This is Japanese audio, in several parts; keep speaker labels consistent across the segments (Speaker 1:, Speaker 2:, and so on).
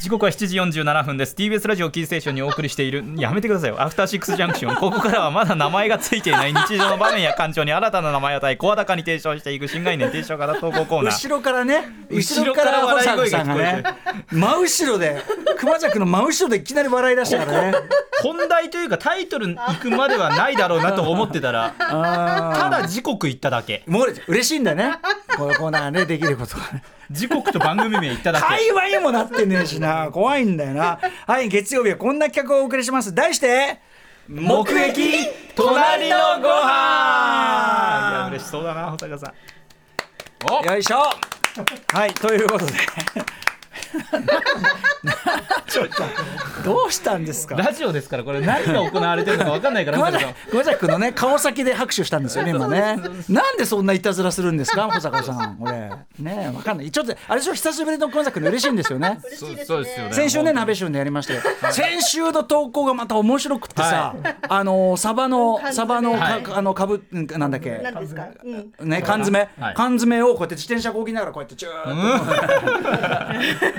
Speaker 1: 時刻は7時47分です TBS ラジオキーステーションにお送りしているやめてくださいよアフターシックスジャンクションここからはまだ名前がついていない日常の場面や感情に新たな名前を与え声高に提唱していく新概念提唱型投稿コーナー
Speaker 2: 後ろからね
Speaker 1: 後
Speaker 2: 後
Speaker 1: ろ
Speaker 2: ろ
Speaker 1: か
Speaker 2: からら
Speaker 1: 笑
Speaker 2: 笑
Speaker 1: い
Speaker 2: い
Speaker 1: 声
Speaker 2: 声
Speaker 1: が
Speaker 2: が
Speaker 1: 聞こえ
Speaker 2: 聞こ
Speaker 1: て
Speaker 2: えて真後ろで熊尺の真後ろでいきなり笑い出したからね
Speaker 1: 本題というかタイトル行くまではないだろうなと思ってたらただ時刻行っただけ
Speaker 2: もう嬉しいんだねこのコーナーがねできることがね
Speaker 1: 時刻と番組名行っただけ
Speaker 2: 会話にもなってねえしな怖いんだよなはい月曜日はこんな企画をお送りします題して
Speaker 1: 目撃隣のご飯いや
Speaker 2: い
Speaker 1: 嬉しそうだな穂高さん
Speaker 2: やよいしょはいということでちょっとどうしたんですか
Speaker 1: ラジオですからこれ何が行われてるのか分かんないから
Speaker 2: 熊
Speaker 1: 穂高さ
Speaker 2: 崎
Speaker 1: ん
Speaker 2: 熊崎君のね顔先で拍手したんですよ ね今ねなんでそんないたずらするんですか保坂 さんこれねえわかんないちょっとあれでしょ久しぶりの熊崎君嬉しいんですよ ね
Speaker 3: そうそうですよね。
Speaker 2: 先週ね鍋旬でやりましたけど先週の投稿がまた面白くってさ、 あのサバのサバのか、
Speaker 3: はい
Speaker 2: あのかぶんなんだっけ
Speaker 3: 何ですか。うん。
Speaker 2: ね缶詰、
Speaker 1: はい
Speaker 2: 缶詰をこうやって自転車こぎながらこうやってチュー ッと、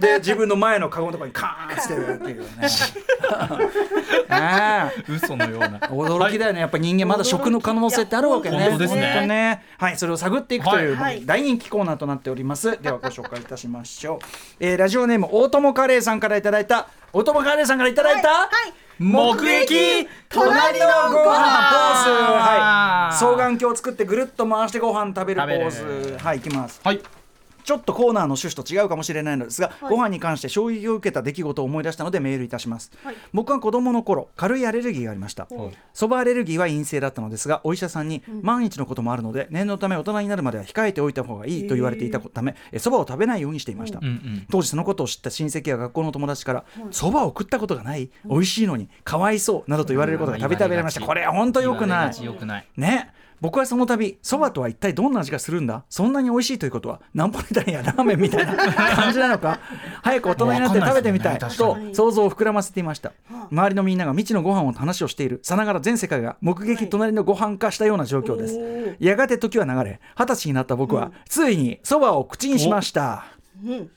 Speaker 2: でで自分の前のカゴのところにカーンって捨てるっていう ねねえ
Speaker 1: 嘘のような
Speaker 2: 驚きだよね、やっぱ人間まだ食の可能性ってあるわけね。
Speaker 1: いや本当ですね
Speaker 2: 本当はい、それを探っていくという、
Speaker 3: はいはい
Speaker 2: 大人気コーナーとなっております。ではご紹介いたしましょう。えーラジオネーム大友カレーさんからいただいた、大友カレーさんからいただいた、
Speaker 1: 目撃
Speaker 2: 隣のご飯ポーズ、はい、双
Speaker 1: そう
Speaker 2: 眼鏡を作ってぐるっと回してご飯食べるポー
Speaker 1: 食べ
Speaker 2: ズ、はい、いきます。
Speaker 1: はい
Speaker 2: ちょっとコーナーの趣旨と違うかもしれないのですが、ご飯に関して衝撃を受けた出来事を思い出したのでメールいたします、
Speaker 3: はい
Speaker 2: 僕は子供の頃軽いアレルギーがありました
Speaker 1: はい
Speaker 2: そばアレルギーは陰性だったのですがお医者さんに万一のこともあるので念のため大人になるまでは控えておいた方がいいと言われていたためえそばを食べないようにしていました、
Speaker 1: うんうん
Speaker 2: 当時そのことを知った親戚や学校の友達からそば、を食ったことがない美味しいのにかわいそうなどと言われることがたびたびありました、
Speaker 1: うん
Speaker 2: これは本当良くない
Speaker 1: よくない
Speaker 2: ね僕はその度そばとは一体どんな味がするんだそんなに美味しいということはナポリタンやラーメンみた いな感じなのか早く大人になって食べてみたい
Speaker 1: わかんないですよね
Speaker 2: と
Speaker 1: 確
Speaker 3: かに
Speaker 2: 想像を膨らませていました周りのみんなが未知のご飯を話をしているさながら全世界が目撃隣のご飯化したような状況です、
Speaker 3: おー
Speaker 2: やがて時は流れ二十歳になった僕は、ついにそばを口にしました
Speaker 3: うん。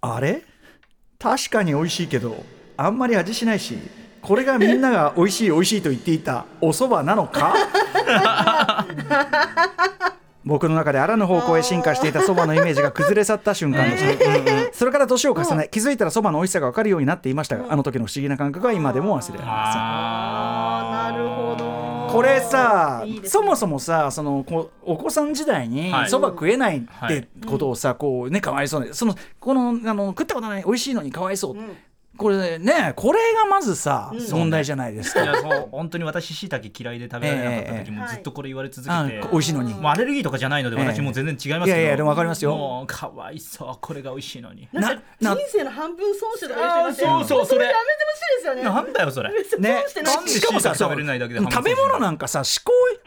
Speaker 2: あれ確かに美味しいけどあんまり味しないしこれがみんなが美味しい美味しいと言っていたお蕎麦なのか僕の中であらぬ方向へ進化していた蕎麦のイメージが崩れ去った瞬間でした、それから年を重ね、気づいたら蕎麦の美味しさが分かるようになっていましたがあの時の不思議な感覚は今でも忘れられません
Speaker 3: あーなるほど。
Speaker 2: これさ
Speaker 3: いいですね
Speaker 2: そもそもさそのこうお子さん時代に
Speaker 1: はい
Speaker 2: そば食えないっ
Speaker 1: はい
Speaker 2: てことをさ、こうねかわいそうにそのこのあの食ったことない美味しいのにかわいそう、
Speaker 3: ん
Speaker 2: これねこれがまずさ、
Speaker 3: うん
Speaker 2: 問題じゃないです
Speaker 1: い
Speaker 2: か。
Speaker 1: やそう本当に私しいたけ嫌いで食べられなかった時もずっとこれ言われ続
Speaker 2: あ
Speaker 1: けて
Speaker 2: 美味しいのに、
Speaker 1: もうアレルギーとかじゃないので
Speaker 2: ええ
Speaker 1: 私もう全然違いますけど
Speaker 2: いやいやでもわかりますよ
Speaker 1: もうかわいそうこれが美味しいのに
Speaker 3: なんか
Speaker 2: なな
Speaker 3: 人生の半分損してとか言ってません
Speaker 1: あーそうそうそれ
Speaker 3: やめてほしいですよね。
Speaker 1: なんだよそれ
Speaker 2: ね
Speaker 3: ね、損してない。
Speaker 1: なんで
Speaker 2: しかもさ
Speaker 1: 椎茸
Speaker 2: そう
Speaker 1: 食べれないだけで
Speaker 2: 食べ物なんかさ思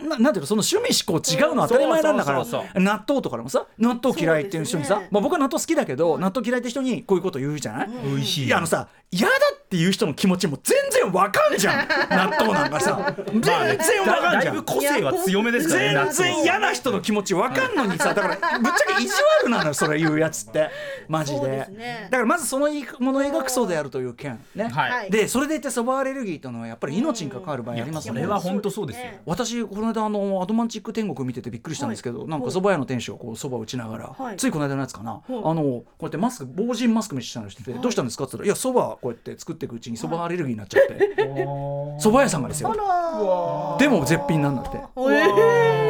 Speaker 2: 考ななんていうのその趣味思考違うの当たり前なんだから、
Speaker 1: そうそうそう
Speaker 2: 納豆とかでもさ納豆嫌いっていう人にさ、
Speaker 3: そうですね
Speaker 2: まあ、僕は納豆好きだけど、納豆嫌いって人にこういうこと言うじゃない、
Speaker 1: 美味しい
Speaker 2: いやあのさ嫌だっていう人の気持ちも全然わかんじ ゃん納豆なんかさ全然わ
Speaker 1: だ
Speaker 2: かん
Speaker 1: だ
Speaker 2: じ
Speaker 1: い
Speaker 2: ゃ
Speaker 1: ぶ
Speaker 2: ん
Speaker 1: 個性は強めですからね
Speaker 2: 全
Speaker 1: 夏
Speaker 2: 然嫌な人の気持ちわかんのにさだからぶっちゃけ意地悪なのよそれ言うやつってマジで
Speaker 3: そうですね
Speaker 2: だからまずそのもの描くそうであるという件ね、
Speaker 1: は
Speaker 3: はいい
Speaker 2: でそれでいてそばアレルギーというのはやっぱり命に関わる場合あります
Speaker 1: そ
Speaker 2: よ
Speaker 1: れ
Speaker 2: ね
Speaker 1: は本当そうですよ
Speaker 3: ね
Speaker 2: 私この間あのアドマンチック天国見ててびっくりしたんですけど、なんか蕎麦屋の店主がこう蕎麦を打ちながら、
Speaker 3: はい
Speaker 2: ついこの間のやつかな、あ
Speaker 3: い
Speaker 2: のこうやってマスク防塵マスクみたいなのしてて、どうしたんですかって言ったら「いや蕎麦こうやって作っていくうちに蕎麦アレルギーになっちゃって、 蕎麦屋さんがですよ
Speaker 3: あ
Speaker 2: でも絶品なんだって
Speaker 3: ら。え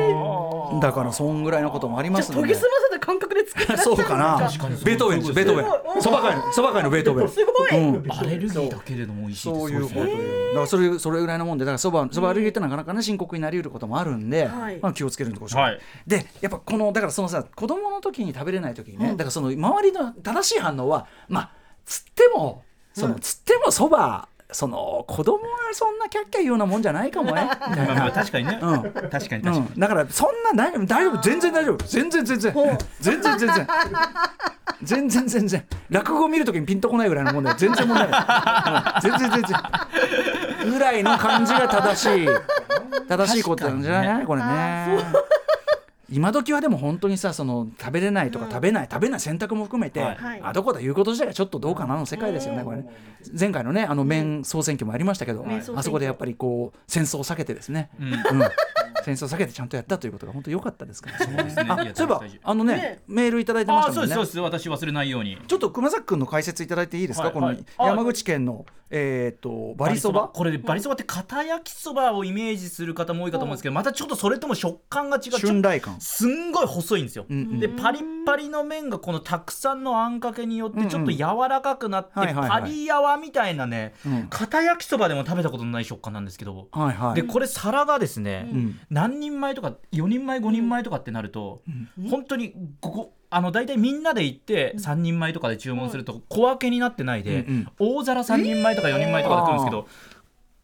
Speaker 3: え。
Speaker 2: だからそんぐらいのこともあります
Speaker 3: 研
Speaker 2: の
Speaker 3: ぎ
Speaker 2: で
Speaker 3: 澄ませた感覚で作った。
Speaker 2: そうかなベートーベンですベートーベン蕎麦界の蕎麦界のベートーベン
Speaker 3: すごい。
Speaker 2: うん
Speaker 1: アレルギーだけれども美味しいって
Speaker 2: そういうこと
Speaker 1: そう
Speaker 2: よだからそれそれぐらいのもんでだからそばそばアレルギーってなかなかね深刻になりうることもあるんで、
Speaker 3: はい
Speaker 2: まあ気をつけるんでご紹介、
Speaker 1: はい
Speaker 2: でやっぱこのだからそのさ子供の時に食べれない時にね、だからその周りの正しい反応はまあつってもその、つってもそばその子供がそんなキャッキャ言うようなもんじゃないかもねみたい
Speaker 1: まあまあ
Speaker 2: な。
Speaker 1: 確かにね
Speaker 2: うん
Speaker 1: 確かに確かに
Speaker 2: うん、だからそんな大丈夫大丈夫全然大丈夫全然全然全然全然全然全然落語見るときにピンとこないぐらいの問題全然問題ない、うん全然全然ぐらいの感じが正しい正しいことなんじゃない、これね今時はでも本当にさその食べれないとか
Speaker 3: うん
Speaker 2: 食べない、食べない選択も含めて、
Speaker 1: はい
Speaker 3: はい
Speaker 2: あどこだ言うこと自体がちょっとどうかなの世界ですよね、
Speaker 3: うん
Speaker 2: これね前回のねあの麺総選挙もありましたけど、
Speaker 3: 麺総選挙
Speaker 2: あそこでやっぱりこう戦争を避けてですね、
Speaker 1: うん
Speaker 2: うん戦争を避けてちゃんとやったということが本当良かったですからね
Speaker 1: そうですね
Speaker 2: あ
Speaker 1: いや
Speaker 2: そういえば
Speaker 1: 大事
Speaker 2: あのね
Speaker 3: ね
Speaker 2: メールいただいてま
Speaker 1: あ
Speaker 2: した
Speaker 1: ーそ
Speaker 2: も
Speaker 1: うです
Speaker 2: んね
Speaker 1: そうです私忘れないように
Speaker 2: ちょっと熊崎君の解説いただいていいですか、
Speaker 1: はいはい
Speaker 2: こ
Speaker 1: あ
Speaker 2: の山口県の、えー、とバリそば
Speaker 1: これバリそばって片焼きそばをイメージする方も多いかと思うんですけどまたちょっとそれとも食感が違うちょ
Speaker 2: 春来館
Speaker 1: すんごい細いんですよ、
Speaker 2: うんうん
Speaker 1: でパリッパリの麺がこのたくさんのあんかけによってちょっと柔らかくなって
Speaker 2: うんうんはいはいは
Speaker 1: パ
Speaker 2: い
Speaker 1: リやわみたいなね
Speaker 2: うん
Speaker 1: 片焼きそばでも食べたことのない食感なんですけど
Speaker 2: はいはい
Speaker 1: でこれ皿がですね、
Speaker 2: うん
Speaker 1: 何人前とか4人前5人前とかってなると、
Speaker 3: うん
Speaker 1: 本当にここあの大体みんなで行って3人前とかで注文すると小分けになってないで、
Speaker 2: うんうん
Speaker 1: 大皿3人前とか4人前とかで来るんですけど、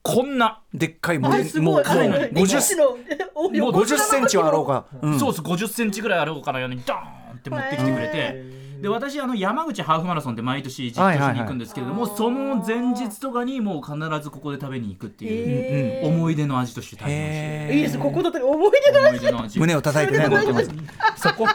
Speaker 1: こんな、
Speaker 2: でっかいも
Speaker 3: あ
Speaker 2: う
Speaker 3: す
Speaker 2: も
Speaker 3: ご
Speaker 2: う
Speaker 3: い。はいはい
Speaker 2: 50
Speaker 3: 一のえお
Speaker 2: もう
Speaker 3: 横
Speaker 2: 50
Speaker 3: 綱
Speaker 2: センチはあろうが、うん
Speaker 1: ソース5 0ンチぐらいあろうかのようにドーンって持ってきてくれて。
Speaker 3: へ
Speaker 1: で私あの山口ハーフマラソンって毎年実況しに行くんですけれども、
Speaker 3: はいはい
Speaker 1: その前日とかにもう必ずここで食べに行くっていう
Speaker 3: へー
Speaker 1: 思い出の味として食べました
Speaker 2: へー
Speaker 3: いいですここだったら思い出の
Speaker 1: 思い出の味
Speaker 2: 胸を叩い てね
Speaker 3: 胸を
Speaker 2: 持っ
Speaker 3: 叩
Speaker 2: て
Speaker 3: い
Speaker 2: ま
Speaker 3: て
Speaker 2: すそこ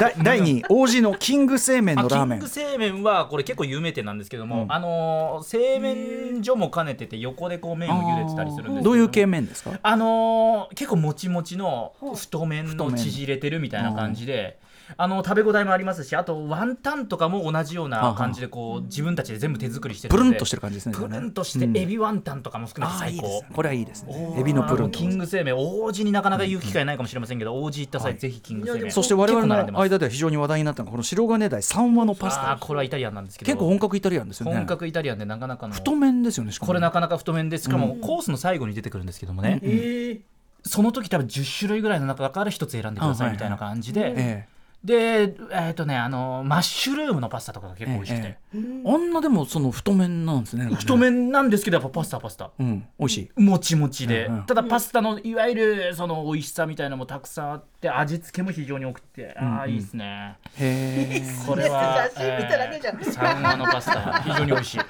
Speaker 2: だ第2位王子のキング製麺のラーメ
Speaker 1: あキン
Speaker 2: ン
Speaker 1: グ製麺はこれ結構有名店なんですけども、
Speaker 2: うん
Speaker 1: あのー製麺所も兼ねてて横でこう麺を茹でてたりするんですけ
Speaker 2: あ
Speaker 1: ど
Speaker 2: ーどういう系麺ですか
Speaker 1: あのー結構もちもちの
Speaker 3: ほう
Speaker 1: 太麺
Speaker 2: 太
Speaker 1: の
Speaker 2: 麺
Speaker 1: 縮れてるみたいな感じで、あの食べ応えもありますしあとワンタンとかも同じような感じでこう自分たちで全部手作りして
Speaker 2: プ
Speaker 1: る
Speaker 2: ル
Speaker 1: んで
Speaker 2: ンとしてる感じですね
Speaker 1: プルンとし
Speaker 2: う
Speaker 1: て
Speaker 2: ん
Speaker 1: エビワンタンとかも含めて
Speaker 2: ああ
Speaker 1: 最
Speaker 2: いいです
Speaker 1: 高
Speaker 2: ね、これはいいですね
Speaker 1: おー
Speaker 2: エビのプルン
Speaker 1: キング生命王子になかなか行く機会ないかもしれませんけど、王子行った際、
Speaker 2: はい
Speaker 1: ぜひキング生命
Speaker 2: そして我々
Speaker 1: 結構並んで
Speaker 2: の
Speaker 1: ます
Speaker 2: 間では非常に話題になったのがこの白金台三和のパス
Speaker 1: ああ
Speaker 2: タ
Speaker 1: これはイタリアンなんですけど
Speaker 2: 結構本格イタリアンですよね
Speaker 1: 本格イタリアンでなかなかの
Speaker 2: 太麺ですよねしかも
Speaker 1: これなかなか太麺でしかもコースの最後に出てくるんですけどもね、
Speaker 3: ええ
Speaker 1: その時多分10種類ぐらいの中から1つ選んでくださいみたいな感じで、
Speaker 2: え
Speaker 1: でえっ、とねあのマッシュルームのパスタとかが結構美味しくて、
Speaker 2: ええあんなでもその太麺なんですね
Speaker 1: 太麺なんですけどやっぱパスタはパスタ
Speaker 2: うん美味しい
Speaker 1: もちもちで、
Speaker 2: うんうん
Speaker 1: ただパスタのいわゆるその美味しさみたいなのもたくさんあって味付けも非常に多くて、ああいいですね
Speaker 2: へえ
Speaker 1: これは
Speaker 3: 写真見ただけじゃん
Speaker 1: えーサンマのパスタ非常に美味しい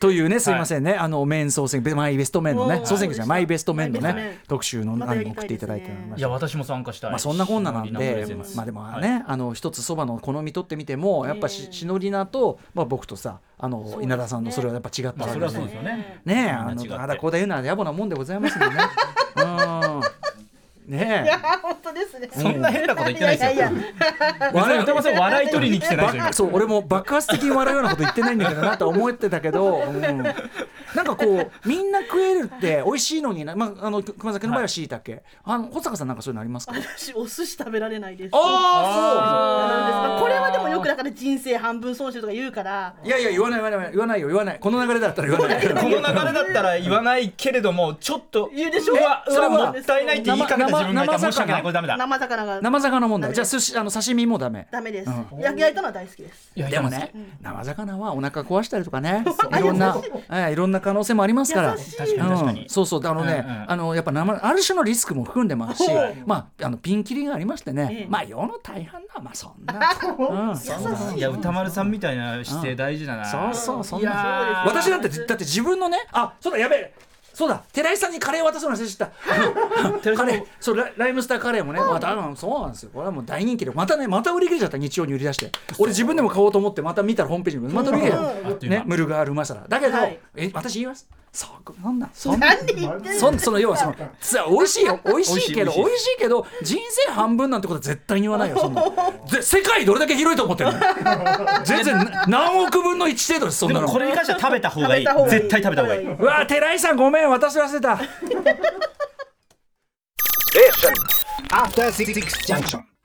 Speaker 2: というねすいませんね、あの麺総選挙マイベスト麺の
Speaker 3: お
Speaker 2: ね
Speaker 3: ー
Speaker 2: 総選挙じゃないマイベスト麺の
Speaker 3: マイベスト
Speaker 2: ね
Speaker 3: 麺
Speaker 2: 特集の
Speaker 3: また
Speaker 2: 案
Speaker 3: や
Speaker 2: に
Speaker 3: り
Speaker 2: 送
Speaker 3: た
Speaker 2: っ
Speaker 3: い
Speaker 2: ていた
Speaker 3: ですね
Speaker 2: だいておりま
Speaker 1: い
Speaker 2: した
Speaker 1: や私も参加したい
Speaker 2: まあそんなこんななん
Speaker 1: シノリナプレ
Speaker 2: で
Speaker 1: ゼンツ
Speaker 2: まあでもね、あの一つそばの好みとってみてもやっぱし,、
Speaker 3: ええ
Speaker 2: のりなと、まあ、僕とさあの、
Speaker 3: そうですね
Speaker 2: 稲田さんのそれはやっぱ違った
Speaker 1: まあ
Speaker 2: わ
Speaker 1: それ
Speaker 2: けで
Speaker 1: は
Speaker 2: す
Speaker 1: そう
Speaker 2: ね
Speaker 1: ですよね
Speaker 2: ねえあ
Speaker 1: みんな違って
Speaker 2: のあだこうだ言うのは野暮なもんでございま すのでねうんね
Speaker 3: い
Speaker 2: え
Speaker 3: や本当ですね。
Speaker 1: そんな変なこと言ってないですよ
Speaker 3: いやいやい
Speaker 1: 別に歌丸さん笑い取りに来てないですよ今
Speaker 2: ばそう俺も爆発的に笑うようなこと言ってないんだけどなとは思ってたけど、うん、なんかこうみんな食えるって美味しいのにな、まあ、あの熊崎の場合はしいたけあの保坂さんなんかそういうのありますか
Speaker 3: や私お寿司食べられないです。
Speaker 1: あー
Speaker 3: そうなんですか。これはでもよくだから人生半分損してるとか言うから。
Speaker 2: いやいや言わない言わない言わないよ言わないこの流れだったら言わない
Speaker 1: この流れだったら言わないけれどもちょっと
Speaker 3: 言うでしょ
Speaker 1: うわ
Speaker 3: え
Speaker 1: うわ
Speaker 3: それは
Speaker 1: もったいないって言いかけた自分がいたら
Speaker 2: 生
Speaker 1: 申
Speaker 2: 生
Speaker 1: し訳ないこれダメだ
Speaker 3: 生魚が
Speaker 2: 生魚問題じゃあ寿司あの刺身もダメ
Speaker 3: ダメです
Speaker 2: う。
Speaker 3: 焼き焼いたのは大好きです。
Speaker 1: いや
Speaker 2: でもね生魚はお腹壊したりとかねいろんな
Speaker 3: 優しい
Speaker 2: えーいろんな可能性もありますから
Speaker 3: 優しい
Speaker 1: 確かに確かに、
Speaker 2: うん、そうそうあのね、
Speaker 1: うんうん
Speaker 2: あのやっぱ生ある種のリスクも含んでますし
Speaker 3: ほう、
Speaker 2: まああのピンキリがありましてね、
Speaker 3: ええ
Speaker 2: まあ世の大半はまあそんな、うん、
Speaker 3: 優しい
Speaker 1: いや歌丸さんみたいな姿勢大事だな、
Speaker 2: そうそうそん
Speaker 1: いや
Speaker 2: な
Speaker 1: ー
Speaker 2: 私なんてだって自分のねあそうだやべえそうだ寺井さんにカレー渡すの忘れてたあの
Speaker 1: 寺井さ
Speaker 2: カ
Speaker 1: んも
Speaker 2: レーそうラライムスターカレーもね、またあのそうなんですよこれはもう大人気でまたねまた売り切れちゃった日曜に売り出して俺自分でも買おうと思ってまた見たらホームページにまた売り切 れちゃ
Speaker 3: うん
Speaker 1: あっ
Speaker 2: っ
Speaker 1: と
Speaker 2: た、
Speaker 1: いう間
Speaker 2: ね、ムルガールマサラだけど、
Speaker 3: はい
Speaker 2: え私言いますそうそんなそんな
Speaker 3: 何言ってんの
Speaker 2: そんその要はそのさ美味しいよ美味しいけど
Speaker 1: 美味しい美
Speaker 2: 美味しいけど人生半分なんてことは絶対に言わない よそんなぜ世界どれだけ広いと思ってるの全然な何億分の1程度ですそん
Speaker 1: で
Speaker 2: な
Speaker 1: も
Speaker 2: の
Speaker 1: これに関しては食べた方がいい
Speaker 3: 食べた方がいい
Speaker 1: 絶対食べた方がいいう
Speaker 2: わ寺井さんごめん私忘れた
Speaker 4: After Six Junction.